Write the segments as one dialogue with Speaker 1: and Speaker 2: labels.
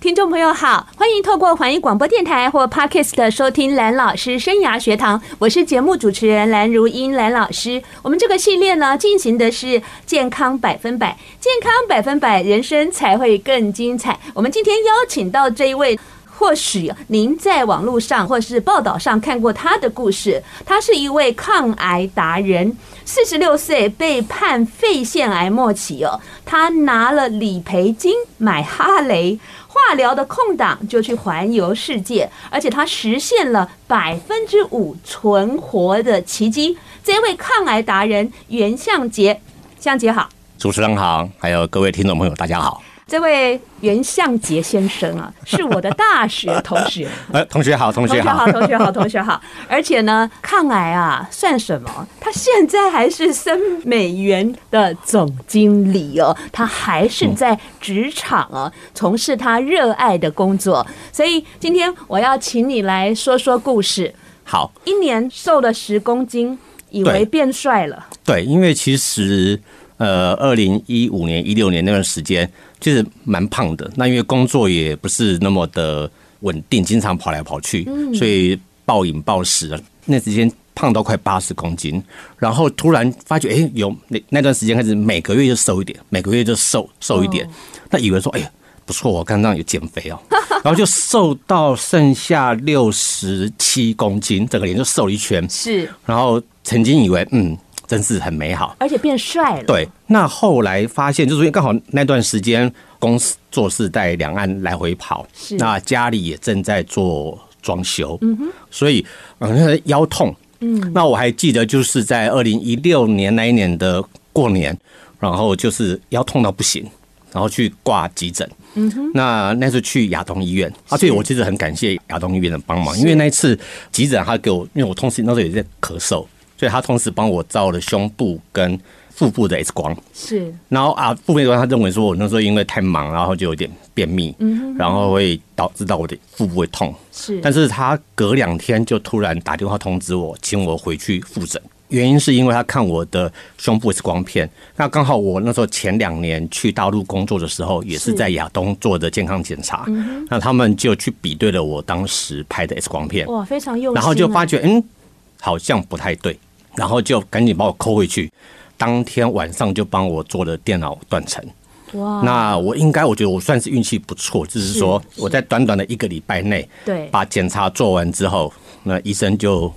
Speaker 1: 听众朋友好，欢迎透过环宇广播电台或 Podcast 收听蓝老师生涯学堂，我是节目主持人蓝如英，蓝老师。我们这个系列呢，进行的是健康百分百，健康百分百，人生才会更精彩。我们今天邀请到这一位。或许您在网络上或是报道上看过他的故事，他是一位抗癌达人，四十六岁被判肺腺癌末期哦，他拿了理赔金买哈雷，化疗的空档就去环游世界，而且他实现了百分之五存活的奇迹。这位抗癌达人袁向杰，向杰好。
Speaker 2: 主持人好，还有各位听众朋友，大家好。
Speaker 1: 这位袁向杰先生啊，是我的大学同学。
Speaker 2: 呃，同学好，同
Speaker 1: 同
Speaker 2: 学
Speaker 1: 学
Speaker 2: 好
Speaker 1: 好，。同学好，同学 好。而且呢，抗癌啊算什么？他现在还是森美元的总经理哦，他还是在职场哦，从事他热爱的工作。所以今天我要请你来说说故事。
Speaker 2: 好，
Speaker 1: 一年瘦了十公斤，以为
Speaker 2: 对
Speaker 1: 变帅了，
Speaker 2: 对，因为其实呃，二零一五年、一六年那段时间，其实蛮胖的。那因为工作也不是那么的稳定，经常跑来跑去，所以暴饮暴食啊。那时间胖到快八十公斤，然后突然发觉，哎、有那那段时间开始每个月就瘦一点，每个月就瘦瘦一点。那以为说，哎呀，不错，我刚刚有减肥哦，然后就瘦到剩下六十七公斤，整个脸就瘦了一圈。
Speaker 1: 是，
Speaker 2: 然后曾经以为嗯，真是很美好。
Speaker 1: 而且变帅了。
Speaker 2: 对，那后来发现，就是因为刚好那段时间公司做事在两岸来回跑
Speaker 1: 是，
Speaker 2: 那家里也正在做装修，嗯哼，所以嗯、呃腰痛，嗯，那我还记得就是在二零一六年那一年的过年，然后就是腰痛到不行，然后去挂急诊，嗯哼，那那次去亚东医院，啊，对我其实很感谢亚东医院的帮忙，因为那一次急诊他给我，因为我同时那时候也在咳嗽，所以他同时帮我照了胸部跟腹部的 X 光，
Speaker 1: 是
Speaker 2: 然后啊，腹背官他认为说我那时候因为太忙，然后就有点便秘，然后会导致到我的腹部会痛。
Speaker 1: 是，
Speaker 2: 但是他隔两天就突然打电话通知我，请我回去复诊。原因是因为他看我的胸部 X 光片，那刚好我那时候前两年去大陆工作的时候，也
Speaker 1: 是
Speaker 2: 是在亚东做的健康检查，那他们就去比对了我当时拍的 X 光片，
Speaker 1: 哇，非常用心啊、
Speaker 2: 然后就发觉嗯，好像不太对，然后就赶紧把我扣回去。当天晚上就帮我做了电脑断层。
Speaker 1: 哇，
Speaker 2: 那我应该我觉得我算是运气不错，就是说
Speaker 1: 哦是
Speaker 2: 我在短短的一个礼拜内，
Speaker 1: 对
Speaker 2: 把检查做完之后，那医生就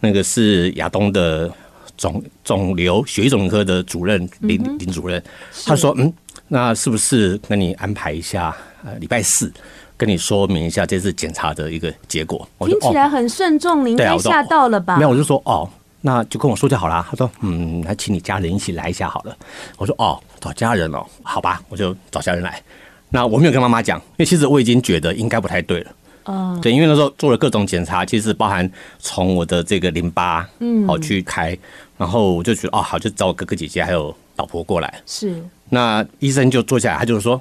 Speaker 2: 那个是亚东的肿肿瘤血液肿瘤科的主任林
Speaker 1: 嗯
Speaker 2: 林主任，他说嗯，那是不是跟你安排一下呃礼拜四？跟你说明一下这次检查的一个结果，我就
Speaker 1: 听起
Speaker 2: 哦
Speaker 1: 来很慎重，您应
Speaker 2: 对啊
Speaker 1: 该
Speaker 2: 我说
Speaker 1: 吓到了吧？
Speaker 2: 没有，我就说哦，那就跟我说就好啦。他说嗯，那请你家人一起来一下好了。我说哦，找家人哦，好吧，我就找家人来。那我没有跟妈妈讲，因为其实我已经觉得应该不太对了。
Speaker 1: 嗯，
Speaker 2: 对，因为那时候做了各种检查，其实包含从我的这个淋巴，嗯，好去开，然后我就觉得哦，好，就找我哥哥姐姐还有老婆过来。
Speaker 1: 是
Speaker 2: 那医生就坐下来，他就是说，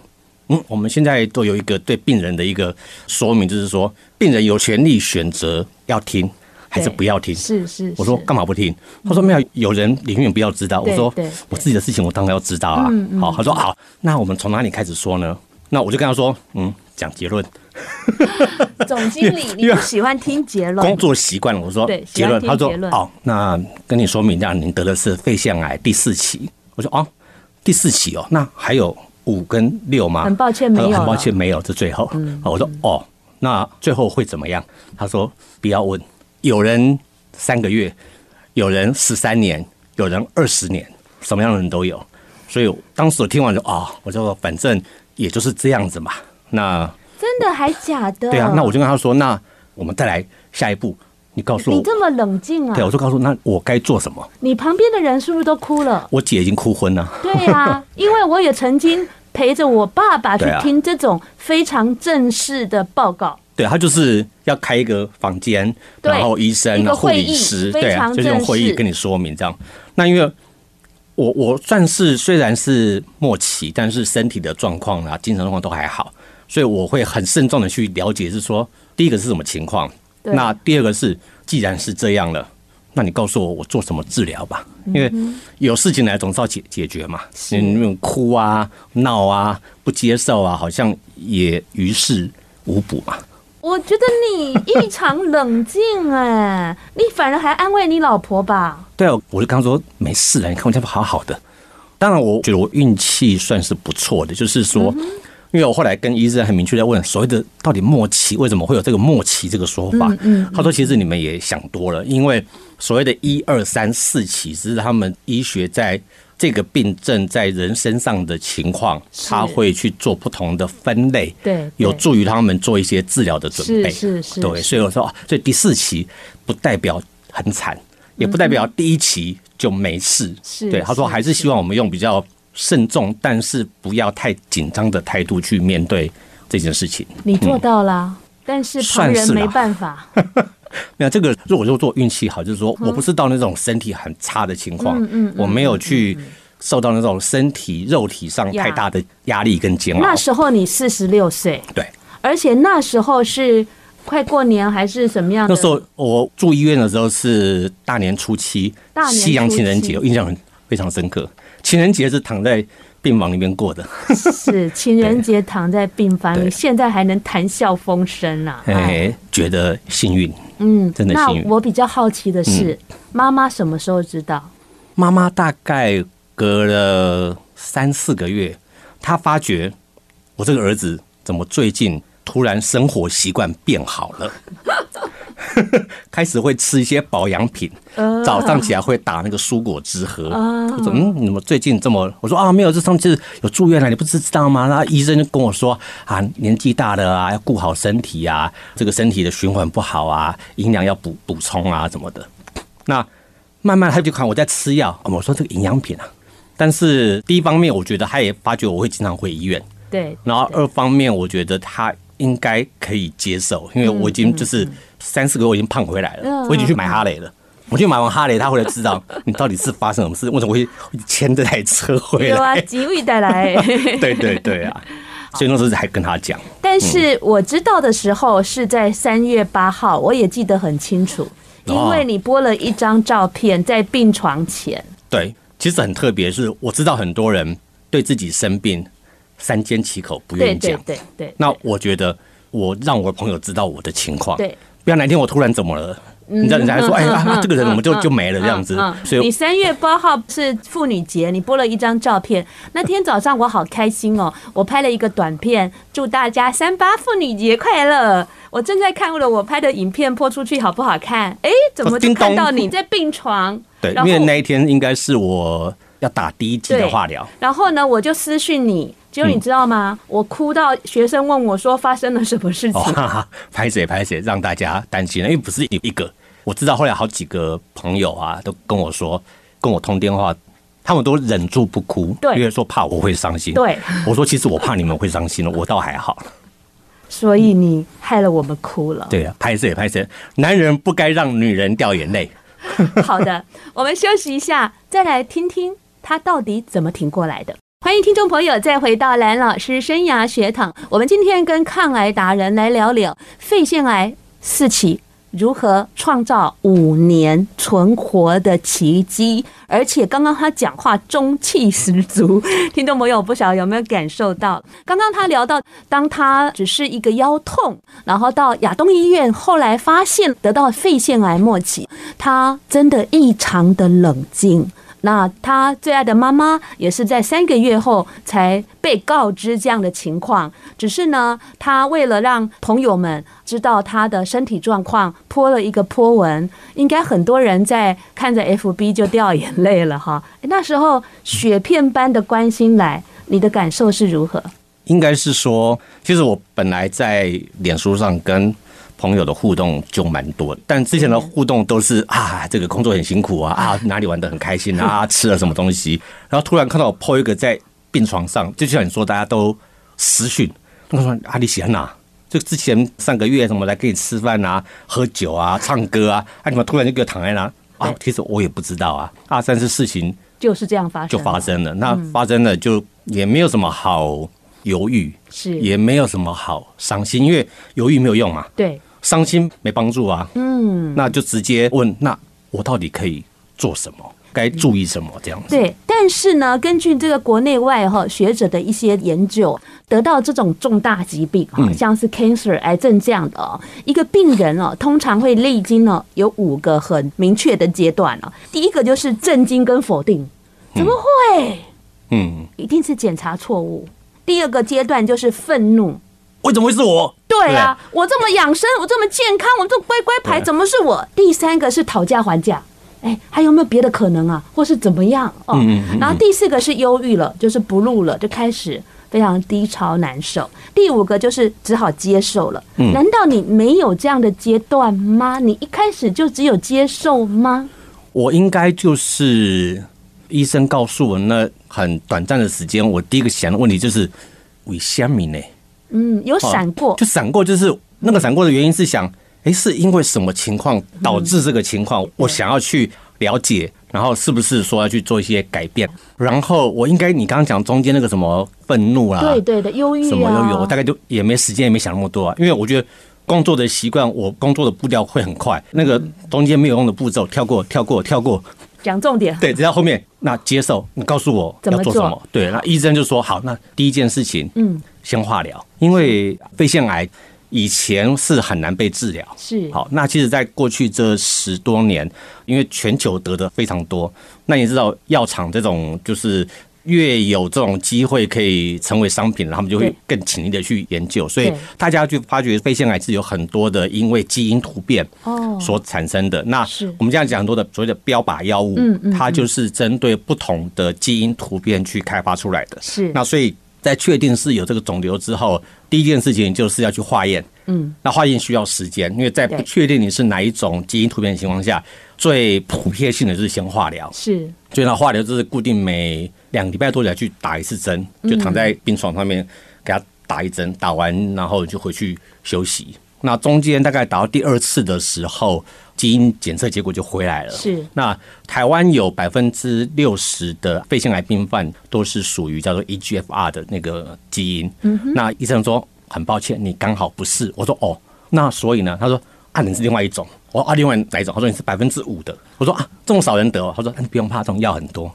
Speaker 2: 嗯，我们现在都有一个对病人的一个说明，就是说，病人有权利选择要听还是
Speaker 1: 对
Speaker 2: 不要听。
Speaker 1: 是是，
Speaker 2: 我说
Speaker 1: 是
Speaker 2: 干嘛不听？他说没有，有人宁愿不要知道。
Speaker 1: 对
Speaker 2: 我说
Speaker 1: 对嗯
Speaker 2: 我自己的事情我当然要知道啊。好，他说好，那我们从哪里开始说呢？那我就跟他说，嗯，讲结论，
Speaker 1: 总经理， 你不喜欢听结
Speaker 2: 工
Speaker 1: 论，
Speaker 2: 作习惯了。我说
Speaker 1: 对喜
Speaker 2: 结
Speaker 1: 欢
Speaker 2: 论，
Speaker 1: 听
Speaker 2: 他说
Speaker 1: 结论
Speaker 2: 哦，那跟你说明一下，您得的是肺腺癌第四期。我说哦，第四期哦，那还有五跟六吗？
Speaker 1: 很抱歉没有
Speaker 2: 他说很抱
Speaker 1: 了嗯
Speaker 2: 歉没有，这最后。哦我说哦，那最后会怎么样？他说不要问，有人三个月，有人十三年，有人二十年，什么样的人都有。所以当时我听完就啊、我就说反正也就是这样子嘛。那
Speaker 1: 真的还假的？
Speaker 2: 对啊，那我就跟他说，那我们再来下一步，你告诉
Speaker 1: 你
Speaker 2: 我。
Speaker 1: 这么冷静
Speaker 2: 对，
Speaker 1: 啊
Speaker 2: 我！就告诉我那我该做什么。？
Speaker 1: 你旁边的人是不是都哭了
Speaker 2: 我姐已经哭昏了，
Speaker 1: 对 呀，因为我也曾经陪着我爸爸去
Speaker 2: 对啊
Speaker 1: 听这种非常正式的报告。
Speaker 2: 对她就是要开一个房间，
Speaker 1: 对
Speaker 2: 然后医
Speaker 1: 一
Speaker 2: 生、啊
Speaker 1: 个
Speaker 2: 护
Speaker 1: 会
Speaker 2: 理
Speaker 1: 议
Speaker 2: 师，
Speaker 1: 非
Speaker 2: 对啊，
Speaker 1: 常
Speaker 2: 就是用会
Speaker 1: 正
Speaker 2: 议
Speaker 1: 式
Speaker 2: 跟你说明这样。那因为我我算是虽然是末期，但是身体的状况啊、精神状况都还好。所以我会很慎重的去了解，是说第一个是什么情况，
Speaker 1: 对
Speaker 2: 那第二个是既然是这样了，那你告诉我我做什么治疗吧，
Speaker 1: 嗯
Speaker 2: 因为有事情来总是要解解决嘛，你那种哭啊、闹啊、不接受啊，好像也于事无补嘛。
Speaker 1: 我觉得你异常冷静哎、你反而还安慰你老婆吧？
Speaker 2: 对啊，我就刚说没事啊了，你看我这不好好的。当然，我觉得我运气算是不错的，就是说，
Speaker 1: 嗯
Speaker 2: 因为我后来跟医生很明确在问，所谓的到底末期为什么会有这个末期这个说法？
Speaker 1: 嗯
Speaker 2: 他说其实你们也想多了，因为所谓的一二三四期，只是他们医学在这个病症在人身上的情况，他会去做不同的分类，
Speaker 1: 对对
Speaker 2: 有助于他们做一些治疗的准备。
Speaker 1: 是是是
Speaker 2: 对，所以我说，哦所以第四期不代表很惨，也不代表第一期就没事。
Speaker 1: 嗯是
Speaker 2: 对，他说
Speaker 1: 是
Speaker 2: 还是希望我们用比较慎重，但是不要太紧张的态度去面对这件事情。
Speaker 1: 你做到了，但是旁
Speaker 2: 嗯算是
Speaker 1: 人
Speaker 2: 啦
Speaker 1: 没办法。
Speaker 2: 那这个，如果说做运气好，就是
Speaker 1: 嗯
Speaker 2: 说我不是到那种身体很差的情况，我没有去受到那种身体肉体上
Speaker 1: 嗯呀
Speaker 2: 太大的压力跟煎熬
Speaker 1: 那。时候你四十六岁，
Speaker 2: 对，
Speaker 1: 而且那时候是快过年还是什么样的？
Speaker 2: 那时候我住医院的时候是大年初七
Speaker 1: 大，年初七
Speaker 2: 西洋情人节，我印象很非常深刻。情人节是躺在病房里面过的，
Speaker 1: 是情人节躺在病房里，
Speaker 2: 对
Speaker 1: 现在还能谈笑风生啊！哎
Speaker 2: 哎，觉得幸运。
Speaker 1: 嗯，
Speaker 2: 真的
Speaker 1: 那
Speaker 2: 幸运嗯
Speaker 1: 我比较好奇的是，妈妈什么时候知道？
Speaker 2: 妈妈大概隔了三四个月，她发觉我这个儿子怎么最近突然生活习惯变好了， 开始会吃一些保养品，早上起来会打那个蔬果汁喝。我说嗯，你怎么最近这么？我说啊，没有，这上次有住院了，你不知知道吗？然后医生就跟我说啊，年纪大了啊，要顾好身体啊，这个身体的循环不好啊，营养要补补充啊，什么的。那慢慢他就看我在吃药，哦我说这个营养品啊，但是第一方面我觉得他也发觉我会经常回医院，
Speaker 1: 对，
Speaker 2: 然后二方面我觉得他应该可以接受，因为我已经就是三四个月我已经胖回来了，
Speaker 1: 嗯
Speaker 2: 我已经去买哈雷了。我去买完哈雷，他回来知道你到底是发生什么事，为什么会牵这台车回
Speaker 1: 有啊，
Speaker 2: 来？
Speaker 1: 机遇带来。
Speaker 2: 对对对啊！所以那时候还跟他讲，
Speaker 1: 但是我知道的时候是在三月八号，我也记得很清楚，
Speaker 2: 哦
Speaker 1: 因为你播了一张照片在病床前。
Speaker 2: 对，其实很特别，是我知道很多人对自己生病三缄其口，不
Speaker 1: 对
Speaker 2: 愿意
Speaker 1: 对
Speaker 2: 讲。
Speaker 1: 对对，
Speaker 2: 那我觉得我让我的朋友知道我的情况，
Speaker 1: 对，
Speaker 2: 不要哪天我突然怎么了，你知道人家还说，哎呀，啊这个人我们就就没了这样子
Speaker 1: 嗯，嗯
Speaker 2: 所
Speaker 1: 你
Speaker 2: 以
Speaker 1: 三月八号是妇女节，你播了一张照片。那天早上我好开心哦，我拍了一个短片，祝大家三八妇女节快乐。我正在看了我拍的影片，播出去好不好看？哎，怎么就
Speaker 2: 哦叮咚
Speaker 1: 看到你在病床？
Speaker 2: 对，
Speaker 1: 然
Speaker 2: 因
Speaker 1: 后
Speaker 2: 为那一天应该是我要打第一剂的嗯化疗，
Speaker 1: 然后呢，我就私讯你，结果你知道吗？我哭到学生问我说发生了什么事情
Speaker 2: 哦，。哈哈，拍谁拍谁，让大家担心了，因为不是你一个，我知道后来好几个朋友啊都跟我说，跟我通电话。他们都忍住不哭，
Speaker 1: 对
Speaker 2: 因为说怕我会伤心。
Speaker 1: 对，
Speaker 2: 我说其实我怕你们会伤心了，我倒还好。
Speaker 1: 所以你害了我们哭了。
Speaker 2: 对啊，拍谁拍谁，男人不该让女人掉眼泪。
Speaker 1: 好的，我们休息一下，再来听听他到底怎么挺过来的。欢迎听众朋友再回到蓝老师生涯学堂。我们今天跟抗癌达人来聊聊肺腺癌四期如何创造五年存活的奇迹，而且刚刚他讲话中气十足，听众朋友不晓得有没有感受到？刚刚他聊到，当他只是一个腰痛，然后到亚东医院，后来发现得到肺腺癌末期，他真的异常的冷静。那他最爱的妈妈也是在三个月后才被告知这样的情况，只是呢，他为了让朋友们知道他的身体状况，泼了一个泼文，应该很多人在看着 FB 就掉眼泪了哈。诶那时候雪片般的关心来，你的感受是如何？
Speaker 2: 应该是说，其实我本来在脸书上跟朋友的互动就蛮多的，但之前的互动都是啊，这个工作很辛苦啊，啊哪里玩的很开心啊，啊吃了什么东西，然后突然看到我 PO 一个在病床上，就像你说，大家都私讯，我说啊你喜欢哪？就之前上个月什么来跟你吃饭啊、喝酒啊、唱歌啊，啊你们突然就给我躺在那啊，其实我也不知道啊，啊但是事情
Speaker 1: 就是这样发生，啊
Speaker 2: 就发生了。那发生了就也没有什么好犹豫，
Speaker 1: 是
Speaker 2: 也没有什么好伤心，因为犹豫没有用嘛，
Speaker 1: 对，
Speaker 2: 伤心没帮助啊。
Speaker 1: 嗯。
Speaker 2: 那就直接问，那我到底可以做什么？该注意什么？这样子。
Speaker 1: 对，但是呢，根据这个国内外哈学者的一些研究，得到这种重大疾病哈，
Speaker 2: 嗯
Speaker 1: 像是 cancer 癌症这样的哦，一个病人哦，通常会历经呢有五个很明确的阶段哦。第一个就是震惊跟否定，怎么会？
Speaker 2: 嗯，
Speaker 1: 一定是检查错误。第二个阶段就是愤怒。
Speaker 2: 为什么会是我？
Speaker 1: 对啊，我这么养生，我这么健康，我这么乖乖牌，
Speaker 2: 对
Speaker 1: 怎么是我？第三个是讨价还价，哎，还有没有别的可能啊？或是怎么样？哦，
Speaker 2: 嗯嗯嗯
Speaker 1: 然后第四个是忧郁了，就是不录了，就开始非常低潮难受。第五个就是只好接受了。
Speaker 2: 嗯
Speaker 1: 难道你没有这样的阶段吗？你一开始就只有接受吗？
Speaker 2: 我应该就是医生告诉我那很短暂的时间，我第一个想的问题就是为虾米呢？
Speaker 1: 嗯，有闪过，
Speaker 2: 啊哦
Speaker 1: 嗯
Speaker 2: 就闪过，就是那个闪过的原因是想，诶，是因为什么情况导致这个情况？我想要去了解，然后是不是说要去做一些改变？然后我应该你刚刚讲中间那个什么愤怒啦、
Speaker 1: 对对的，忧郁啊，
Speaker 2: 什么都有，我大概就也没时间，也没想那么多啊，因为我觉得。工作的习惯，我工作的步调会很快，那个
Speaker 1: 嗯
Speaker 2: 中间没有用的步骤跳过，跳过，跳过，
Speaker 1: 讲重点，
Speaker 2: 对，只要后面那接受，你告诉我
Speaker 1: 怎么
Speaker 2: 要做什么。
Speaker 1: 做
Speaker 2: 对，那医生就说好，那第一件事情，
Speaker 1: 嗯，
Speaker 2: 先化疗，因为肺腺癌以前是很难被治疗。
Speaker 1: 是
Speaker 2: 好，那其实，在过去这十多年，因为全球得的非常多，那你知道药厂这种就是越有这种机会可以成为商品，然后他们就会
Speaker 1: 对
Speaker 2: 更勤力的去研究，所以
Speaker 1: 对
Speaker 2: 大家去发觉肺腺癌是有很多的因为基因突变
Speaker 1: 哦
Speaker 2: 所产生的。那
Speaker 1: 是
Speaker 2: 我们这样讲很多的所谓的标靶药物，
Speaker 1: 嗯嗯
Speaker 2: 它就是针对不同的基因突变去开发出来的。
Speaker 1: 是
Speaker 2: 那所以在确定是有这个肿瘤之后，第一件事情就是要去化验。
Speaker 1: 嗯，
Speaker 2: 那化验需要时间，因为在
Speaker 1: 对
Speaker 2: 不确定你是哪一种基因突变的情况下，最普遍性的就是先化疗。
Speaker 1: 是
Speaker 2: 所以那化疗就是固定每两个礼拜多起来去打一次针，就躺在病床上面给他打一针，打完然后就回去休息。那中间大概打到第二次的时候，基因检测结果就回来了。
Speaker 1: 是
Speaker 2: 那台湾有百分之六十的肺腺癌病犯都是属于叫做 E EGFR 的那个基因。嗯、那医生说很抱歉，你刚好不是。我说哦，那所以呢？他说啊，你是另外一种。我说啊，另外哪一种？他说你是百分之五的。我说啊，这么少人得、哦。他说、啊、你不用怕，这种药很多。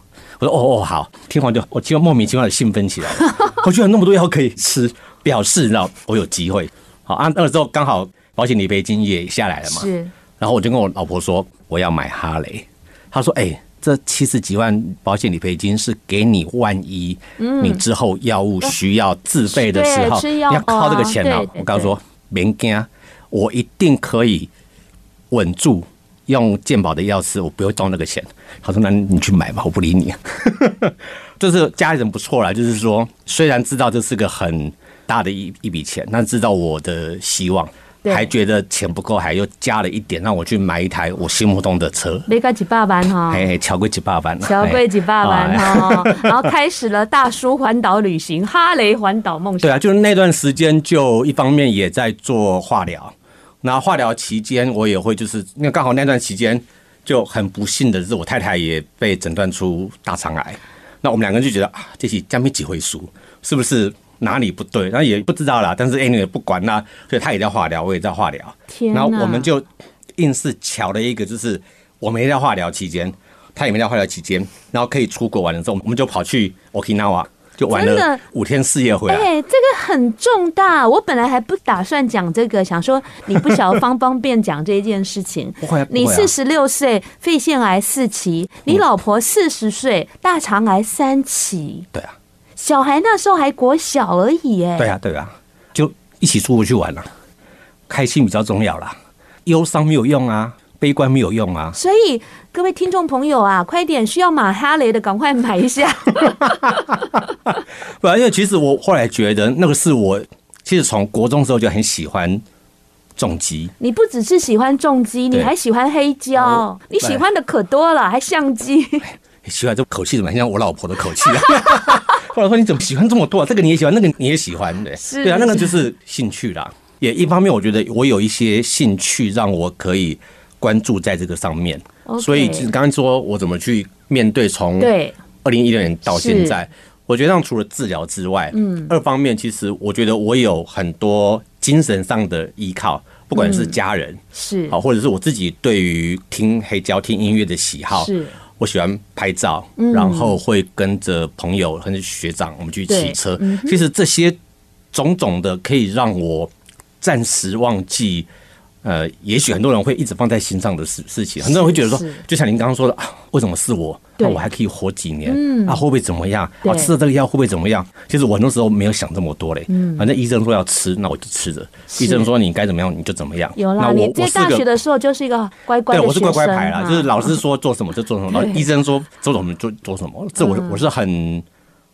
Speaker 2: 我说哦哦好，听完就我就莫名其妙的兴奋起来了，我居然那么多药可以吃，表示让我有机会。好啊，那个时候刚好保险理赔金也下来了嘛，
Speaker 1: 是，
Speaker 2: 然后我就跟我老婆说我要买哈雷，她说哎、这七十几万保险理赔金是给你万一、你之后药物需要自费的时
Speaker 1: 嗯对
Speaker 2: 候，
Speaker 1: 吃
Speaker 2: 你
Speaker 1: 药
Speaker 2: 要靠这个钱
Speaker 1: 啊对。
Speaker 2: 哦
Speaker 1: 对
Speaker 2: 我告诉说别惊，我一定可以稳住。用健保的药吃，我不用动那个钱。她说：“那你去买吧，我不理你。”就是家里人不错啦，就是说虽然知道这是个很大的一一笔钱，但知道我的希望，
Speaker 1: 对
Speaker 2: 还觉得钱不够，还又加了一点，让我去买一台我心目中的车。
Speaker 1: 没个几爸班哈。
Speaker 2: 哎，巧贵几百万啊，
Speaker 1: 小哦贵几爸
Speaker 2: 哎
Speaker 1: 玩
Speaker 2: 哎
Speaker 1: 哦，然后开始了大叔环岛旅行，哈雷环岛梦
Speaker 2: 对
Speaker 1: 想。
Speaker 2: 啊，就是那段时间，就一方面也在做化疗，那化疗期间我也会就是，因为刚好那段期间就很不幸的是，我太太也被诊断出大肠癌，那我们两个人就觉得啊，这是将没几回输，是不是哪里不对？那也不知道啦，但是 a n 也不管啦，所以她也在化疗，我也在化疗，
Speaker 1: 天哪
Speaker 2: 然后我们就硬是巧了一个，就是我没在化疗期间，她也没在化疗期间，然后可以出国玩的时候，我们就跑去 Okinawa。就玩
Speaker 1: 真的
Speaker 2: 了五天四夜回来，
Speaker 1: 哎，这个很重大，我本来还不打算讲这个，想说你不晓得方不方便讲这一件事情。
Speaker 2: 不会啊，不会
Speaker 1: 你
Speaker 2: 啊
Speaker 1: 四十六岁，肺腺癌四期；你老婆四十岁，大肠癌三期。
Speaker 2: 对啊，
Speaker 1: 小孩那时候还国小而已，哎，
Speaker 2: 对啊，对啊，就一起出国去玩了、啊开心比较重要啦，忧伤没有用啊，悲观没有用啊，
Speaker 1: 所以各位听众朋友啊，快点需要买哈雷的，赶快买一下。
Speaker 2: 不然因为其实我后来觉得那个是我，其实从国中时候就很喜欢重击，
Speaker 1: 你不只是喜欢重击，
Speaker 2: 对
Speaker 1: 你还喜欢黑胶
Speaker 2: 哦，
Speaker 1: 你喜欢的可多了，还相机。
Speaker 2: 喜欢这口气怎么很像我老婆的口气啊？ 后来说你怎么喜欢这么多、啊？这个你也喜欢，那个你也喜欢，对
Speaker 1: 是
Speaker 2: 对啊，那个就是兴趣啦。也一方面，我觉得我有一些兴趣让我可以关注在这个上面
Speaker 1: OK
Speaker 2: 所以其实刚刚说我怎么去面对 从
Speaker 1: 对，
Speaker 2: 二零一六年到现在，我觉得让除了治疗之外，嗯，二方面其实我觉得我有很多精神上的依靠，不管是家人，
Speaker 1: 是
Speaker 2: 好、或者是我自己对于听黑胶、听音乐的喜好，
Speaker 1: 是
Speaker 2: 我喜欢拍照，
Speaker 1: 嗯
Speaker 2: 然后会跟着朋友、跟学长我们去骑车。
Speaker 1: 嗯
Speaker 2: 其实这些种种的可以让我暂时忘记。呃，也许很多人会一直放在心上的事事情，很多人会觉得说
Speaker 1: 是，
Speaker 2: 就像您刚刚说的啊，为什么是我？那、
Speaker 1: 对嗯
Speaker 2: 我还可以活几年？啊，会不会怎么样？
Speaker 1: 对
Speaker 2: 啊，吃了这个药会不会怎么样？其实我很多时候没有想这么多嘞。
Speaker 1: 嗯
Speaker 2: 反正医生说要吃，那我就吃着；医生说你该怎么样，你就怎么样。
Speaker 1: 有
Speaker 2: 那
Speaker 1: 啦，
Speaker 2: 我
Speaker 1: 你
Speaker 2: 我
Speaker 1: 在
Speaker 2: 是
Speaker 1: 大
Speaker 2: 个
Speaker 1: 学的时候就是一个乖乖
Speaker 2: 对，
Speaker 1: 的
Speaker 2: 我是乖乖
Speaker 1: 学生
Speaker 2: 牌啦，
Speaker 1: 啊
Speaker 2: 就是老师说做什么就做什么，老
Speaker 1: 对嗯
Speaker 2: 医生说做什么就做什么。这我我是很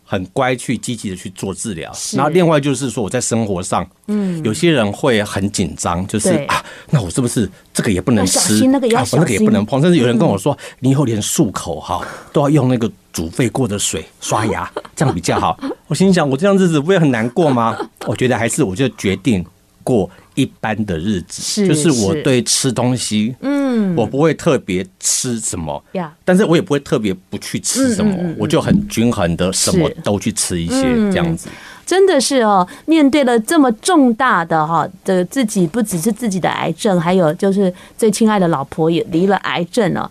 Speaker 2: 很乖去积极的去做治疗。
Speaker 1: 是
Speaker 2: 然后另外就是说我在生活上，嗯，有些人会很紧张，就是
Speaker 1: 对
Speaker 2: 啊，那我是不是这个也不能
Speaker 1: 要小
Speaker 2: 吃，
Speaker 1: 心那个也要
Speaker 2: 啊
Speaker 1: 小
Speaker 2: 那个也
Speaker 1: 心嗯
Speaker 2: 不能碰，甚至有人跟我说，你以后连漱口哈都要用那个煮沸过的水刷牙，这样比较好。我心想，我这样日子不会很难过吗？我觉得还是我就决定过一般的日子，
Speaker 1: 是
Speaker 2: 就是我
Speaker 1: 是
Speaker 2: 对吃东西，
Speaker 1: 嗯
Speaker 2: 我不会特别吃什么
Speaker 1: 呀
Speaker 2: 但是我也不会特别不去吃什么，我就很均衡的什么都去吃一些这样子。
Speaker 1: 真的是哦，面对了这么重大的哈、的自己不只是自己的癌症，还有就是最亲爱的老婆也离了癌症哦。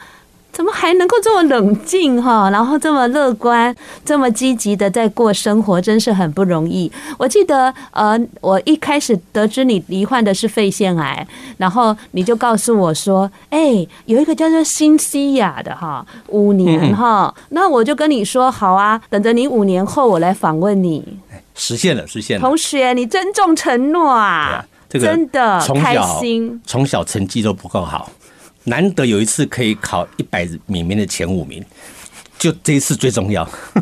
Speaker 1: 怎么还能够这么冷静哈、然后这么乐观，这么积极的在过生活，真是很不容易。我记得，呃，我一开始得知你罹患的是肺腺癌，然后你就告诉我说，哎、有一个叫做新西亚的哈，五年哈，那我就跟你说，好啊，等着你五年后我来访问你。
Speaker 2: 实现了，实现了。
Speaker 1: 同学，你真重承诺啊！
Speaker 2: 这个
Speaker 1: 真的
Speaker 2: 从
Speaker 1: 开
Speaker 2: 小
Speaker 1: 心，
Speaker 2: 从小成绩都不够好，难得有一次可以考一百里面的前五名，就这一次最重要。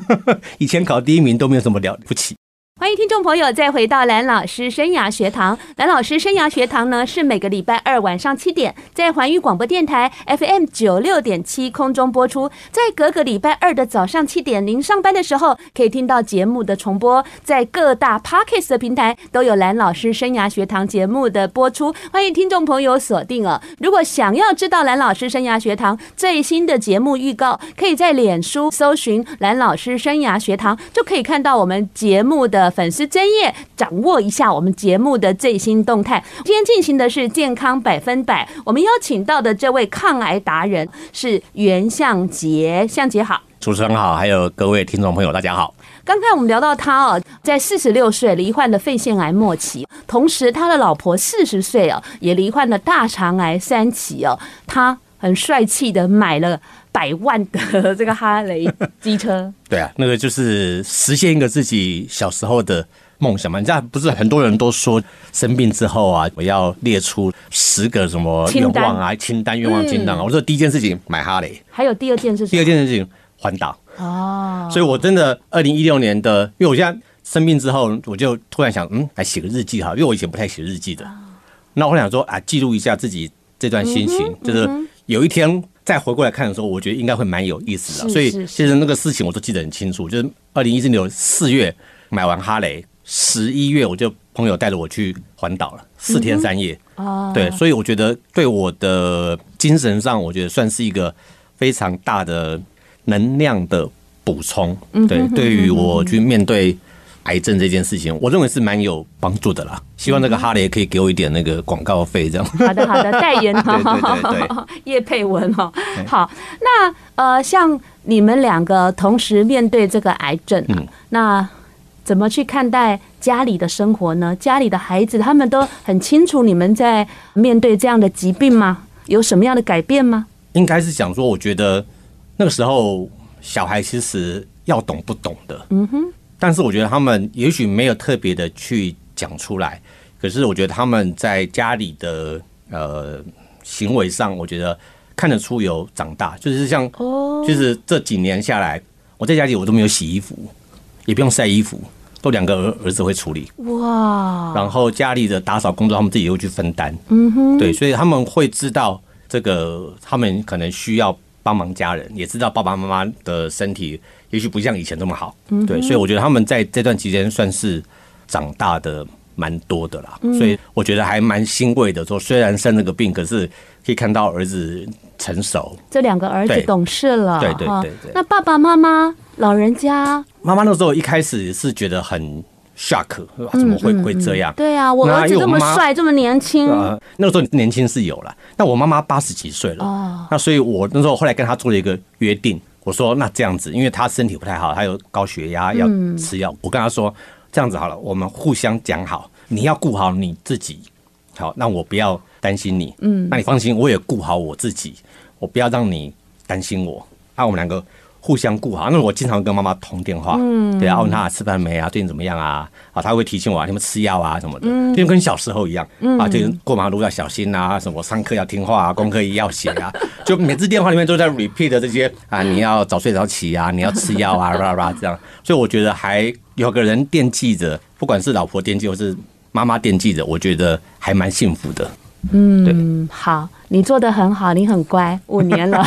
Speaker 2: 以前考第一名都没有什么了不起。
Speaker 1: 欢迎听众朋友再回到蓝老师生涯学堂。蓝老师生涯学堂呢是每个礼拜二晚上七点在环宇广播电台 FM 九六点七空中播出，在各个礼拜二的早上七点，您上班的时候可以听到节目的重播，在各大 Podcast 的平台都有蓝老师生涯学堂节目的播出，欢迎听众朋友锁定哦。如果想要知道蓝老师生涯学堂最新的节目预告，可以在脸书搜寻“蓝老师生涯学堂”，就可以看到我们节目的粉丝专业，掌握一下我们节目的最新动态。今天进行的是健康百分百，我们邀请到的这位抗癌达人是袁向杰，向杰好。
Speaker 2: 主持人好，还有各位听众朋友，大家好。
Speaker 1: 刚才我们聊到他哦，在四十六岁罹患了肺腺癌末期，同时他的老婆四十岁哦，也罹患了大肠癌三期哦。他很帅气的买了百万的这个哈雷机车，
Speaker 2: 对啊，那个就是实现一个自己小时候的梦想嘛。你知道，不是很多人都说生病之后啊，我要列出十个什么
Speaker 1: 清
Speaker 2: 愿
Speaker 1: 单嗯
Speaker 2: 望啊、清单、愿望清单啊。我说第一件事情买哈雷，
Speaker 1: 还有第二件是什
Speaker 2: 第
Speaker 1: 么
Speaker 2: 二件事情环岛。
Speaker 1: 哦，
Speaker 2: 所以我真的二零一六年的，因为我现在生病之后，我就突然想，嗯，来写个日记哈，因为我以前不太写日记
Speaker 1: 哦
Speaker 2: 的。那我想说啊，记录一下自己这段心
Speaker 1: 嗯
Speaker 2: 情，就是有一天再回过来看的时候，我觉得应该会蛮有意思的。
Speaker 1: 是
Speaker 2: 所以
Speaker 1: 是是
Speaker 2: 其实那个事情我都记得很清楚，就是二零一四年四月买完哈雷，十一月我就朋友带着我去环岛了，四天三夜。
Speaker 1: 哦，
Speaker 2: 对，所以我觉得对我的精神上，我觉得算是一个非常大的能量的补充。对，对于我去面对癌症这件事情，我认为是蛮有帮助的啦。希望那个哈雷可以给我一点那个广告费，这样。
Speaker 1: 好的好的，代言哦
Speaker 2: 对对对， 哎
Speaker 1: 叶佩文哦，好，那呃，像你们两个同时面对这个癌症、啊，
Speaker 2: 嗯
Speaker 1: 那怎么去看待家里的生活呢？家里的孩子他们都很清楚你们在面对这样的疾病吗？有什么样的改变吗？
Speaker 2: 应该是想说，我觉得那个时候小孩其实要懂不懂的，嗯哼。但是我觉得他们也许没有特别的去讲出来，可是我觉得他们在家里的呃行为上，我觉得看得出有长大，就是像
Speaker 1: 哦，
Speaker 2: 就是这几年下来，我在家里我都没有洗衣服，也不用晒衣服，都两个儿儿子会处理，
Speaker 1: 哇，
Speaker 2: 然后家里的打扫工作他们自己又去分担，嗯哼，对，所以他们会知道这个，他们可能需要帮忙家人，也知道爸爸妈妈的身体嗯也许不像以前这么好，对，所以我觉得他们在这段期间算是长大的蛮多的啦，所以我觉得还蛮欣慰的。说虽然生了个病，可是可以看到儿子成熟。
Speaker 1: 这两个儿子
Speaker 2: 对
Speaker 1: 懂事了，
Speaker 2: 对对
Speaker 1: 哈
Speaker 2: 对对
Speaker 1: 那爸爸妈妈、老人家，
Speaker 2: 妈妈那时候一开始是觉得很 shock，哇怎么会会这样？
Speaker 1: 对啊，我
Speaker 2: 那
Speaker 1: 儿子
Speaker 2: 因为
Speaker 1: 这
Speaker 2: 我
Speaker 1: 么
Speaker 2: 妈
Speaker 1: 帅，这么年轻，
Speaker 2: 呃，那时候年轻是有了，那我妈妈八十几岁了，
Speaker 1: 哦
Speaker 2: 那所以我那时候后来跟她做了一个约定，我说那这样子，因为她身体不太好，她有高血压要吃药，我跟她说这样子好了，我们互相讲好，你要顾好你自己，好，那我不要担心你，嗯，那你放心，我也顾好我自己，我不要让你担心我，啊，我们两个。互相顾好，那我经常跟妈妈通电话，嗯，对啊，问她吃饭没啊，最近怎么样啊？啊，她会提醒我啊，你们吃药啊什么的，就跟小时候一样，啊，就是过马路要小心啊，什么上课要听话啊，功课也要写啊，就每次电话里面都在 repeat 这些啊，你要早睡早起啊，你要吃药啊， 叭叭叭这样，所以我觉得还有个人惦记着，不管是老婆惦记或是妈妈惦记着，我觉得还蛮幸福 的。
Speaker 1: 嗯，好，你做的很好，你很乖，五年 了。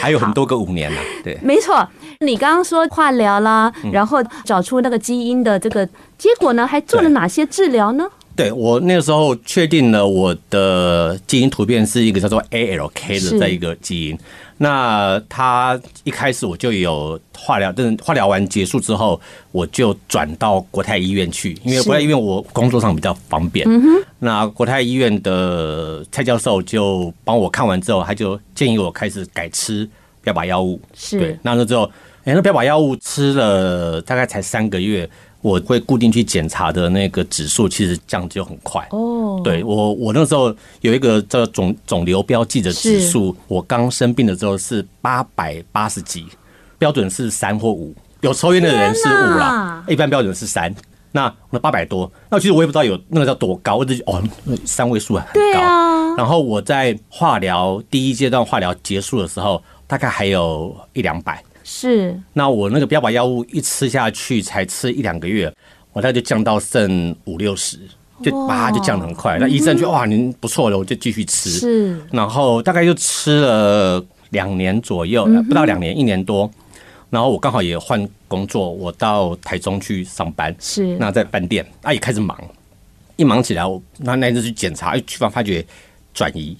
Speaker 2: 还有很多个五年呢、对。
Speaker 1: 没错，你刚刚说化疗啦，
Speaker 2: 嗯
Speaker 1: 然后找出那个基因的这个结果呢，还做了
Speaker 2: 对
Speaker 1: 哪些治疗呢？
Speaker 2: 对我那个时候确定了我的基因突变是一个叫做 ALK
Speaker 1: 是
Speaker 2: 的这一个基因。那它一开始我就有化疗，但是化疗完结束之后，我就转到国泰医院去，因为
Speaker 1: 是
Speaker 2: 国泰医院我工作上比较方便。那国泰医院的蔡教授就帮我看完之后，他就建议我开始改吃标靶药物。对
Speaker 1: 是，，
Speaker 2: 那那之后，哎、那标靶药物吃了大概才三个月，我会固定去检查的那个指数，其实降就很快。
Speaker 1: 哦，
Speaker 2: 对我，我那时候有一个叫肿肿瘤标记的指数，我刚生病的时候是八百八十几，标准是三或五，有抽烟的人是五
Speaker 1: 天
Speaker 2: 啦
Speaker 1: 哪，
Speaker 2: 一般标准是三。那我八百多，那其实我也不知道有那个叫多高，我就觉得哦，三位数很高。
Speaker 1: 对啊
Speaker 2: 然后我在化疗第一阶段化疗结束的时候，大概还有一两百。
Speaker 1: 是
Speaker 2: 那我那个标靶药物一吃下去，才吃一两个月，我大概就降到剩五六十，就
Speaker 1: 哇嗯
Speaker 2: 叭就降得很快。那医生就哇，您不错了，我就继续吃。
Speaker 1: 是，
Speaker 2: 然后大概就吃了两年左右，
Speaker 1: 嗯
Speaker 2: 呃不到两年，一年多。然后我刚好也换工作，我到台中去上班，
Speaker 1: 是
Speaker 2: 那在饭店，那也开始忙。一忙起来，我那那一次去检查，哎，去发发觉转移，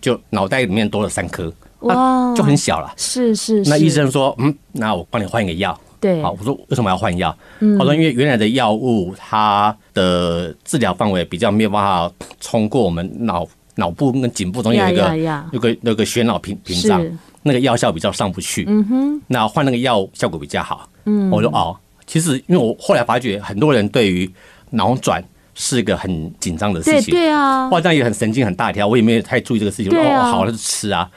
Speaker 2: 就脑袋里面多了三颗，
Speaker 1: 哇
Speaker 2: 那啊就很小了。
Speaker 1: 是是是，
Speaker 2: 那医生说，嗯，那我帮你换一个药。
Speaker 1: 对，嗯
Speaker 2: 好，我说为什么要换药？他说因为原来的药物它的治疗范围比较没有办法冲过我们脑脑部跟颈部中间有一
Speaker 1: 呀呀
Speaker 2: 个
Speaker 1: 呀
Speaker 2: 有个有个血脑屏屏障
Speaker 1: 是，
Speaker 2: 那个药效比较上不去。嗯哼，那换那个药效果比较好。嗯，我说哦，其实因为我后来发觉很多人对于脑转是一个很紧张的事
Speaker 1: 对
Speaker 2: 情。
Speaker 1: 对啊，
Speaker 2: 哇，这样也很神经很大条，我也没有太注意这个事情。
Speaker 1: 对啊嗯
Speaker 2: 哦，好，那就吃啊。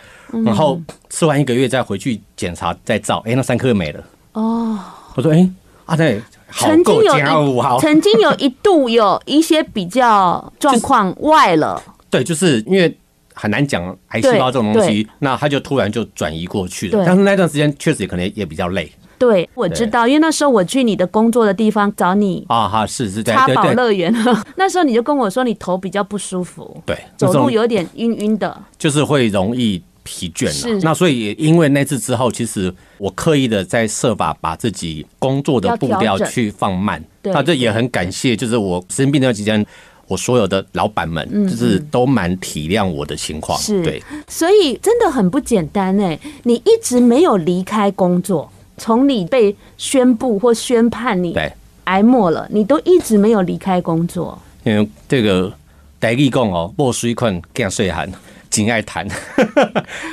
Speaker 2: 然后吃完一个月再回去检查再照，哎、那三颗没了。
Speaker 1: 哦，
Speaker 2: 我说，哎、啊对，好
Speaker 1: 曾经
Speaker 2: 够
Speaker 1: 有
Speaker 2: 家务好
Speaker 1: 一，曾经有一度有一些比较状况外了，
Speaker 2: 对，就是因为很难讲癌细胞这种东西，那他就突然就转移过去了
Speaker 1: 对。
Speaker 2: 但是那段时间确实也可能也比较累
Speaker 1: 对我知道，因为那时候我去你的工作的地方找你。
Speaker 2: 啊，哈，是是，对
Speaker 1: 插
Speaker 2: 对
Speaker 1: 宝
Speaker 2: 对
Speaker 1: 乐园， 那时候你就跟我说你头比较不舒服，
Speaker 2: 对，那
Speaker 1: 走
Speaker 2: 种
Speaker 1: 路有点晕晕的，
Speaker 2: 就是会容易疲倦
Speaker 1: 是
Speaker 2: 了。那所以也因为那次之后，其实我刻意的在设法把自己工作的步
Speaker 1: 要调
Speaker 2: 调
Speaker 1: 整
Speaker 2: 去放慢。
Speaker 1: 对
Speaker 2: 那这也很感谢，就是我生病那段期间，我所有的老板们就是都蛮体谅我的情况。
Speaker 1: 嗯是
Speaker 2: 对，
Speaker 1: 所以真的很不简单哎、你一直没有离开工作，从你被宣布或宣判你
Speaker 2: 对
Speaker 1: 癌末了，你都一直没有离开工作。
Speaker 2: 因为这个台语讲哦，莫水困更水寒，紧爱谈。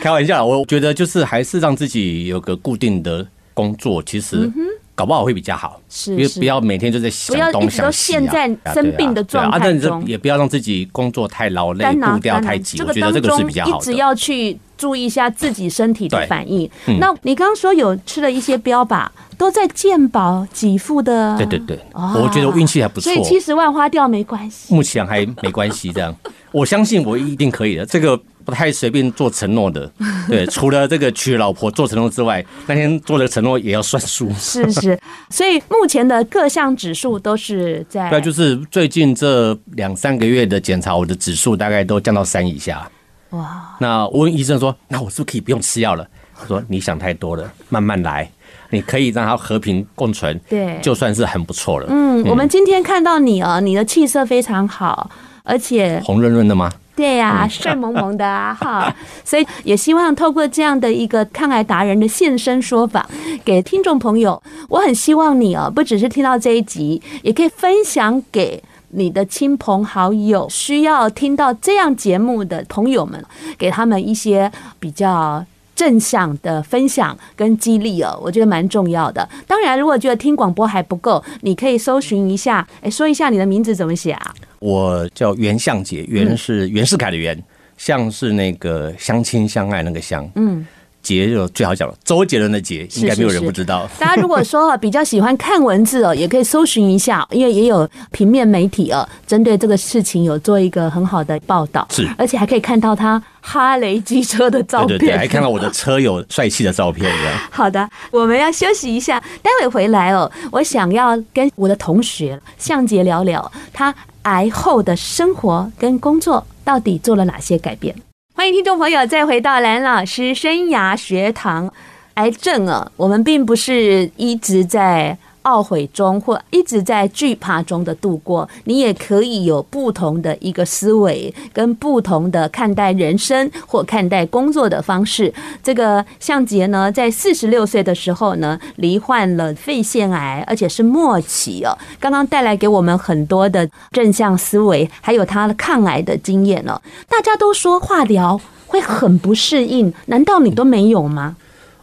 Speaker 2: 开玩笑啦，我觉得就是还是让自己有个固定的工作，其实搞不好会比较好。
Speaker 1: 是
Speaker 2: 因为
Speaker 1: 是
Speaker 2: 不要每天就在
Speaker 1: 不
Speaker 2: 想
Speaker 1: 要一
Speaker 2: 东
Speaker 1: 直都
Speaker 2: 想西啊。
Speaker 1: 陷在
Speaker 2: 对啊
Speaker 1: 生病的状态
Speaker 2: 对啊对啊啊
Speaker 1: 中
Speaker 2: 但是也不要让自己工作太劳累，
Speaker 1: 单拿
Speaker 2: 步调
Speaker 1: 单拿
Speaker 2: 太急。
Speaker 1: 这
Speaker 2: 我
Speaker 1: 个
Speaker 2: 觉得这
Speaker 1: 当
Speaker 2: 个是
Speaker 1: 中
Speaker 2: 比较
Speaker 1: 一
Speaker 2: 好
Speaker 1: 直
Speaker 2: 的。
Speaker 1: 要去注意一下自己身体的
Speaker 2: 对嗯
Speaker 1: 反应。那你刚刚说有吃了一些标靶，都在健保给付的，
Speaker 2: 对对对，
Speaker 1: 哦
Speaker 2: 我觉得我运气还不
Speaker 1: 所
Speaker 2: 错
Speaker 1: 以。七十万花掉没关系。
Speaker 2: 目前还没关系，这样我相信我一定可以的。这个不太随便做承 诺的，对，除了这个娶老婆做承诺之外，那天做的承诺也要算数。
Speaker 1: 是 是，所以目前的各项指数都是在
Speaker 2: 对啊，就是最近这两三个月的检查，我的指数大概都降到三以下。
Speaker 1: 哇，
Speaker 2: 那我问医生说，那我是不是可以不用吃药了？他说你想太多了，慢慢来。你可以让它和平共存，
Speaker 1: 对
Speaker 2: 就算是很不错了。
Speaker 1: 嗯，我们今天看到你哦，你的气色非常好，而且
Speaker 2: 红润润的吗？
Speaker 1: 对呀、帅萌萌的啊哈，嗯 所以也希望透过这样的一个抗癌达人的现身说法，给听众朋友，我很希望你哦，不只是听到这一集，也可以分享给。你的亲朋好友需要听到这样节目的朋友们，给他们一些比较正向的分享跟激励哦，我觉得蛮重要的。当然，如果觉得听广播还不够，你可以搜寻一下，哎，说一下你的名字怎么写啊？
Speaker 2: 我叫袁向杰，袁是袁世凯的袁，向是那个相亲相爱那个相，
Speaker 1: 嗯，
Speaker 2: 杰就最好讲了，周杰伦的杰，应该没有人不知道。
Speaker 1: 大家如果说比较喜欢看文字哦，也可以搜寻一下，因为也有平面媒体哦，针对这个事情有做一个很好的报道，
Speaker 2: 是
Speaker 1: 而且还可以看到他哈雷机车的照
Speaker 2: 对
Speaker 1: 片，
Speaker 2: 对对，还看到我的车友帅气的照片这样。
Speaker 1: 好的，我们要休息一下，待会回来哦。我想要跟我的同学向杰聊聊，他癌后的生活跟工作到底做了哪些改变。欢迎听众朋友再回到蓝老师生涯学堂。癌症啊，我们并不是一直在懊悔中或一直在惧怕中的度过，你也可以有不同的一个思维跟不同的看待人生或看待工作的方式。这个向杰呢，在四十六岁的时候呢，罹患了肺腺癌，而且是末期哦。刚刚带来给我们很多的正向思维，还有他的抗癌的经验哦。大家都说化疗会很不适应，难道你都没有吗？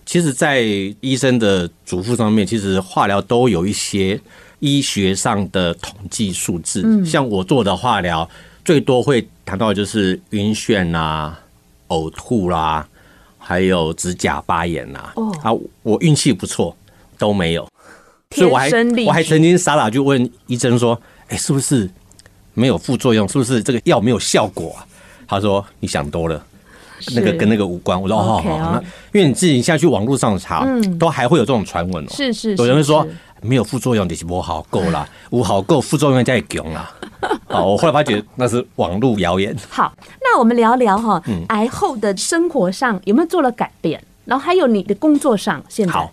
Speaker 2: 其实，在医生的嘱咐上面，其实化疗都有一些医学上的统计数字。像我做的化疗，最多会谈到的就是晕眩啦、呕吐啦、还有指甲发炎啦、啊。
Speaker 1: 哦
Speaker 2: 我运气不错，都没有。所以我还
Speaker 1: 天生丽质
Speaker 2: 我还曾经傻傻去问医生说：“哎、是不是没有副作用？是不是这个药没有效果啊？”他说：“你想多了，那个
Speaker 1: 是
Speaker 2: 跟那个无关。”我说：“哦，好
Speaker 1: OK，
Speaker 2: 好，
Speaker 1: 哦
Speaker 2: 那因为你自己下去网络上查，
Speaker 1: 嗯
Speaker 2: 都还会有这种传闻哦。
Speaker 1: 是是是
Speaker 2: 有人会说
Speaker 1: 是
Speaker 2: 没有副作用，就是我好够啦，我好够，副作用在囧啦。 哦，我后来发觉那是网络谣言。
Speaker 1: 好，那我们聊聊哈，
Speaker 2: 嗯
Speaker 1: 癌后的生活上有没有做了改变？然后还有你的工作上，现在
Speaker 2: 好，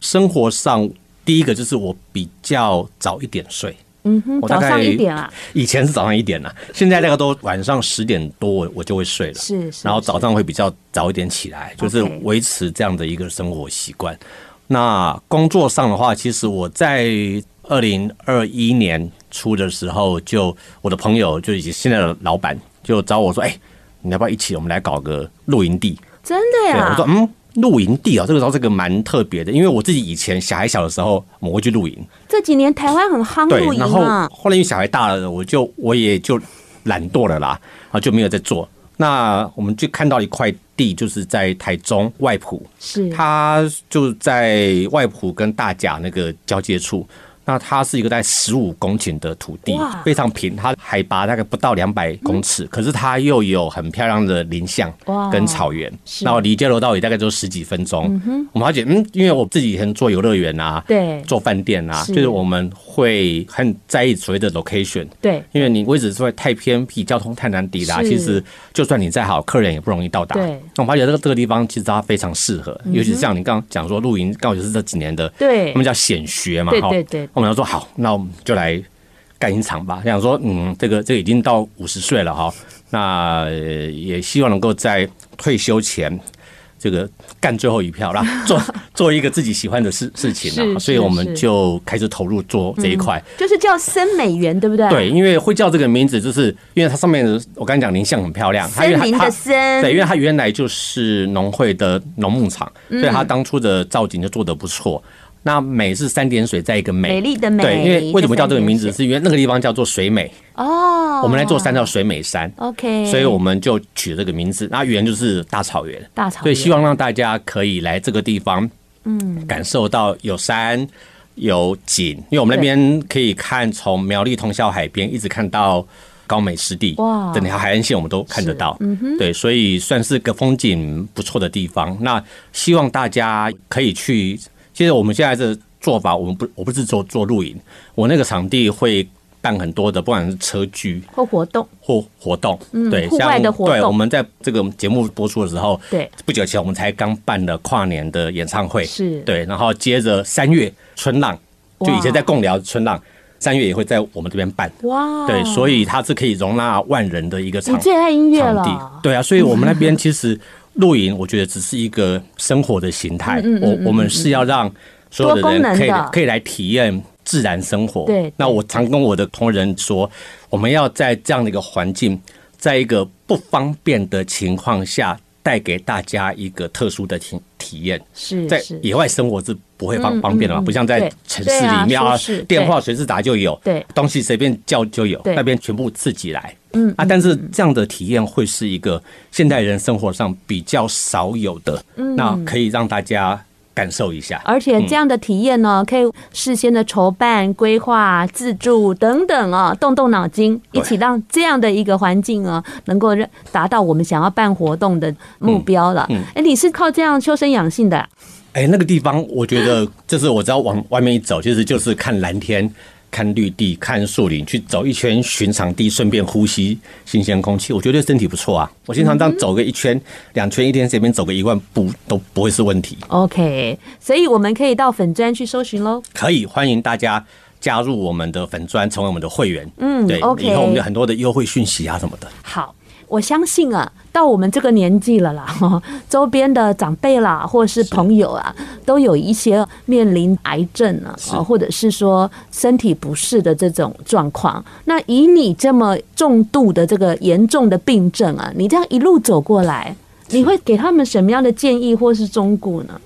Speaker 2: 生活上第一个就是我比较早一点睡，
Speaker 1: 嗯哼，
Speaker 2: 我
Speaker 1: 早
Speaker 2: 大概
Speaker 1: 上一点啊，
Speaker 2: 以前是早上一点啦，现在大概都晚上十点多我我就会睡了。
Speaker 1: 是是，
Speaker 2: 然后早
Speaker 1: 是
Speaker 2: 上会比较早一点起来，就是
Speaker 1: OK
Speaker 2: 维持这样的一个生活习惯。那工作上的话，其实我在二零二一年初的时候就，我的朋友就已经现在的老板就找我说：“哎、你要不要一起我们来搞个露营地？”
Speaker 1: 真的
Speaker 2: 对，我
Speaker 1: 呀
Speaker 2: 说，嗯，露营地哦，这个时候这个蛮特别的，因为我自己以前小孩小的时候，我们会去露营，
Speaker 1: 这几年台湾很夯露
Speaker 2: 对，
Speaker 1: 营
Speaker 2: 然后
Speaker 1: 啊，
Speaker 2: 后来因为小孩大了，我就我也就懒惰了啦，然后就没有再做。那我们就看到一块地，就是在台中外埔，
Speaker 1: 是
Speaker 2: 它就在外埔跟大甲那个交界处。那它是一个在十五公顷的土地
Speaker 1: 哇，嗯
Speaker 2: 非常平，它海拔大概不到两百公尺，可是它又有很漂亮的林相
Speaker 1: 哇
Speaker 2: 跟草原，
Speaker 1: 是
Speaker 2: 然后离交流道也大概就十几分钟。我们发觉，嗯，因为我自己以前做游乐园啊，
Speaker 1: 对
Speaker 2: 做饭店啊，
Speaker 1: 是
Speaker 2: 就是我们会很在意所谓的 location，
Speaker 1: 对
Speaker 2: 因为你位置是会太偏僻，交通太难抵达，
Speaker 1: 是
Speaker 2: 其实就算你再好，客人也不容易到达。
Speaker 1: 对嗯
Speaker 2: 那我发觉这个这个地方其实它非常适合，尤其是像你刚刚讲说露营，刚好就是这几年的，
Speaker 1: 对
Speaker 2: 他们叫显学嘛，
Speaker 1: 对
Speaker 2: 哈
Speaker 1: 对对
Speaker 2: 我们要说好，那我们就来干一场吧。想说，嗯，这个这个已经到五十岁了哈，那呃也希望能够在退休前。这个干最后一票啦， 做做一个自己喜欢的事事情
Speaker 1: 是
Speaker 2: 啊，所以
Speaker 1: 是
Speaker 2: 我们
Speaker 1: 是
Speaker 2: 就开始投入做这一块。
Speaker 1: 就是叫森美元，对不对？
Speaker 2: 对，，因为会叫这个名字，就是因为它上面的我刚才讲林相很漂亮，它因为
Speaker 1: 森
Speaker 2: 它
Speaker 1: 林
Speaker 2: 它
Speaker 1: 的森，
Speaker 2: 对，因为它原来就是农会的农牧场，
Speaker 1: 嗯
Speaker 2: 所以它当初的造景就做得不错。那美是三点水在一个美，
Speaker 1: 美丽的美
Speaker 2: 对，因为为什么叫这个名字？
Speaker 1: 这三点
Speaker 2: 是因为那个地方叫做水美，
Speaker 1: 哦，
Speaker 2: 我们来做山叫水美山，
Speaker 1: ，OK，
Speaker 2: 所以我们就取这个名字。那原就是大草原，
Speaker 1: 大草原，
Speaker 2: 所以希望让大家可以来这个地方，嗯，感受到有山有景，因为我们那边可以看从苗栗通宵海边一直看到高美湿地，
Speaker 1: 哇
Speaker 2: 整条海岸线我们都看得到，嗯哼，对，所以算是个风景不错的地方。那希望大家可以去，其实我们现在的做法，我们不，我不是做做露营，我那个场地会。办很多的，不管是车居
Speaker 1: 或活动，
Speaker 2: 或活动，
Speaker 1: 嗯
Speaker 2: 对，
Speaker 1: 户外的活动
Speaker 2: 对，我们在这个节目播出的时候，
Speaker 1: 对，
Speaker 2: 不久前我们才刚办了跨年的演唱会，
Speaker 1: 是
Speaker 2: 对，然后接着三月春浪，就
Speaker 1: 哇
Speaker 2: 以前在共聊春浪，三月也会在我们这边办，
Speaker 1: 哇，
Speaker 2: 对，所以它是可以容纳万人的一个
Speaker 1: 你
Speaker 2: 场
Speaker 1: 最爱音乐
Speaker 2: 场地
Speaker 1: 了，，
Speaker 2: 对啊，所以我们那边其实露营，我觉得只是一个生活的形态，
Speaker 1: 嗯
Speaker 2: 我我们是要让所有
Speaker 1: 多
Speaker 2: 的
Speaker 1: 功能
Speaker 2: 人可以
Speaker 1: 的
Speaker 2: 可以来体验自然生活。
Speaker 1: 对对
Speaker 2: 那我常跟我的同仁说，我们要在这样的一个环境，在一个不方便的情况下，带给大家一个特殊的体体验。
Speaker 1: 是
Speaker 2: 在
Speaker 1: 是
Speaker 2: 野外生活是不会
Speaker 1: 嗯
Speaker 2: 方方便的嘛，
Speaker 1: 嗯
Speaker 2: 不像在
Speaker 1: 对
Speaker 2: 城市
Speaker 1: 对啊
Speaker 2: 里面啊
Speaker 1: 舒适，
Speaker 2: 电话随时打就有，
Speaker 1: 对
Speaker 2: 东西随便叫就有，
Speaker 1: 对
Speaker 2: 那边全部自己来。
Speaker 1: 嗯
Speaker 2: 啊，但是这样的体验会是一个现代人生活上比较少有的，
Speaker 1: 嗯
Speaker 2: 那可以让大家感受一下。
Speaker 1: 而且这样的体验呢，可以事先的筹办、规划、自助等等啊，动动脑筋，一
Speaker 2: 对
Speaker 1: 起让这样的一个环境啊，能够让达到我们想要办活动的目标了。哎、你是靠这样修身养性的啊、
Speaker 2: 哎、那个地方，我觉得就是我只要往外面一走，其实就是看蓝天、看绿地、看树林，去走一圈寻常地，顺便呼吸新鲜空气，我觉得对身体不错啊。我经常
Speaker 1: 嗯
Speaker 2: 这样走个一圈、两圈，一天随便走个一万步都不会是问题。
Speaker 1: OK，所以我们可以到粉砖去搜寻喽。
Speaker 2: 可以欢迎大家加入我们的粉砖，成为我们的会员。
Speaker 1: 嗯
Speaker 2: 对
Speaker 1: OK
Speaker 2: 以后我们有很多的优惠讯息啊什么的。
Speaker 1: 好，我相信啊，到我们这个年纪了啦， 哦周边的长辈啦，或是朋友啊，都有一些面临癌症啊，哦或者是说身体不适的这种状况。那以你这么重度的这个严重的病症啊，你这样一路走过来，你会给他们什么样的建议或是忠告呢？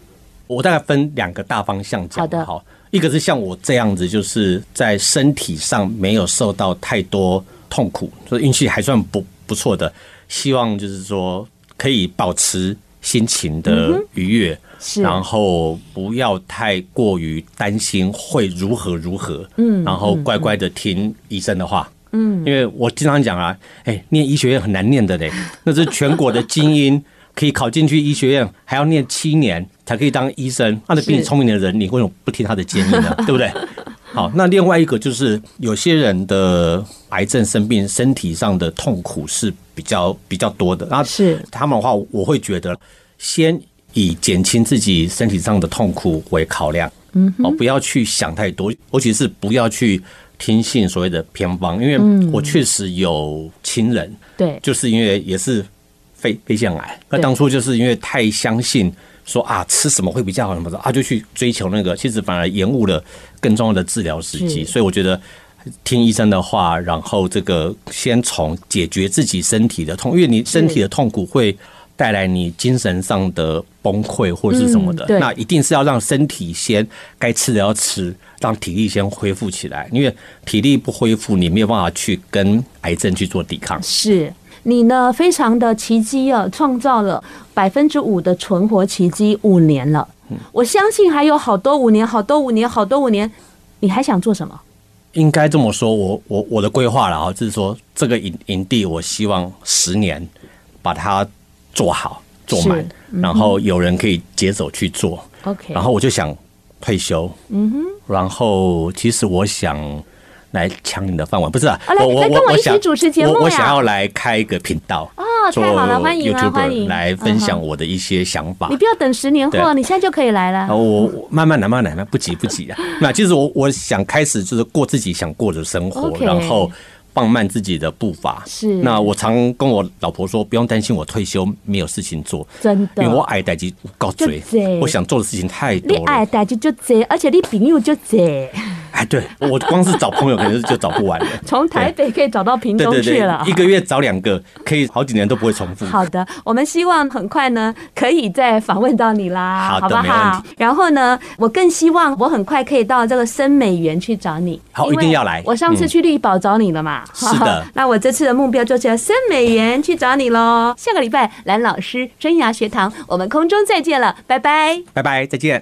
Speaker 2: 我大概分两个大方向讲。
Speaker 1: 好的
Speaker 2: 一个是像我这样子，就是在身体上没有受到太多痛苦，所以运气还算不不错的。希望就是说可以保持心情
Speaker 1: 嗯
Speaker 2: 的愉悦，
Speaker 1: 是
Speaker 2: 然后不要太过于担心会如何如何，嗯，然后乖乖的听医生的话。嗯，因为我经常讲啊，哎、念医学院很难念的嘞， 那是全国的精英，可以考进去医学院，还要念七年才可以当医生。那、啊、比你
Speaker 1: 是
Speaker 2: 聪明的人，你为什么不听他的建议呢？ 对不对？好，那另外一个就是有些人的癌症生病，身体上的痛苦是比较比较多的。那
Speaker 1: 是
Speaker 2: 他们的话，我会觉得先以减轻自己身体上的痛苦为考量，嗯，哦，不要去想太多，尤其是不要去听信所谓的偏方，因为我确实有亲人，
Speaker 1: 对，
Speaker 2: 就是因为也是肺肺腺癌，那
Speaker 1: 对
Speaker 2: 当初就是因为太相信说啊吃什么会比较好什么的啊，就去追求那个，其实反而延误了更重要的治疗时机。
Speaker 1: 是
Speaker 2: 所以我觉得听医生的话，然后这个先从解决自己身体的痛，因为你身体的痛苦会带来你精神上的崩溃或者是什么
Speaker 1: 嗯，
Speaker 2: 的
Speaker 1: 对
Speaker 2: 那一定是要让身体先该吃的要吃，让体力先恢复起来，因为体力不恢复，你没有办法去跟癌症去做抵抗。
Speaker 1: 是你呢，非常的奇迹啊，创造了百分之五的存活奇迹，五年了。
Speaker 2: 嗯
Speaker 1: 我相信还有好多五年，好多五年，好多五年，你还想做什么？
Speaker 2: 应该这么说，我我我的规划了啊，就是说这个营营地，我希望十年把它做好做满
Speaker 1: 是，嗯
Speaker 2: 然后有人可以接手去做，
Speaker 1: OK，
Speaker 2: 然后我就想退休，嗯哼，然后其实我想来抢你的饭碗，不是啊
Speaker 1: 啊，来
Speaker 2: 我我
Speaker 1: 来跟我一起
Speaker 2: 想
Speaker 1: 主持节目
Speaker 2: 我我
Speaker 1: 呀
Speaker 2: 想要来开一个频道哦
Speaker 1: 啊，太好了，欢迎啊，欢迎！
Speaker 2: 来分享
Speaker 1: 嗯
Speaker 2: 我的一些想法
Speaker 1: 哼。你不要等十年后，
Speaker 2: 对
Speaker 1: 你现在就可以来
Speaker 2: 然后
Speaker 1: 了。
Speaker 2: 我我慢慢来，慢慢来，慢慢来不急不急啊。那其实我我想开始就是过自己想过的生活
Speaker 1: OK
Speaker 2: 然后放慢自己的步伐。
Speaker 1: 是
Speaker 2: 那我常跟我老婆说，不用担心我退休没有事情做，
Speaker 1: 真的
Speaker 2: 因为我爱代机告嘴
Speaker 1: 就多，
Speaker 2: 我想做的事情太
Speaker 1: 你
Speaker 2: 多
Speaker 1: 爱
Speaker 2: 了。
Speaker 1: 打就就这，而且你朋友就这，
Speaker 2: 哎，对我光是找朋友可能就找不完了。
Speaker 1: 从台北可以找到屏
Speaker 2: 对
Speaker 1: 东
Speaker 2: 对
Speaker 1: 去
Speaker 2: 对
Speaker 1: 了，。
Speaker 2: 一个月找两个，可以好几年都不会重复。
Speaker 1: 好的，我们希望很快呢可以再访问到你啦，
Speaker 2: 好的
Speaker 1: 不
Speaker 2: 没
Speaker 1: 好
Speaker 2: 问？
Speaker 1: 然后呢，我更希望我很快可以到这个森美园去找你，
Speaker 2: 好
Speaker 1: 因为
Speaker 2: 一定要来
Speaker 1: 我上次
Speaker 2: 嗯
Speaker 1: 去绿宝找你了嘛，
Speaker 2: 是的
Speaker 1: 那我这次的目标就是要森美园去找你喽。下个礼拜蓝老师生涯学堂，我们空中再见了，拜拜。
Speaker 2: 拜拜，再见。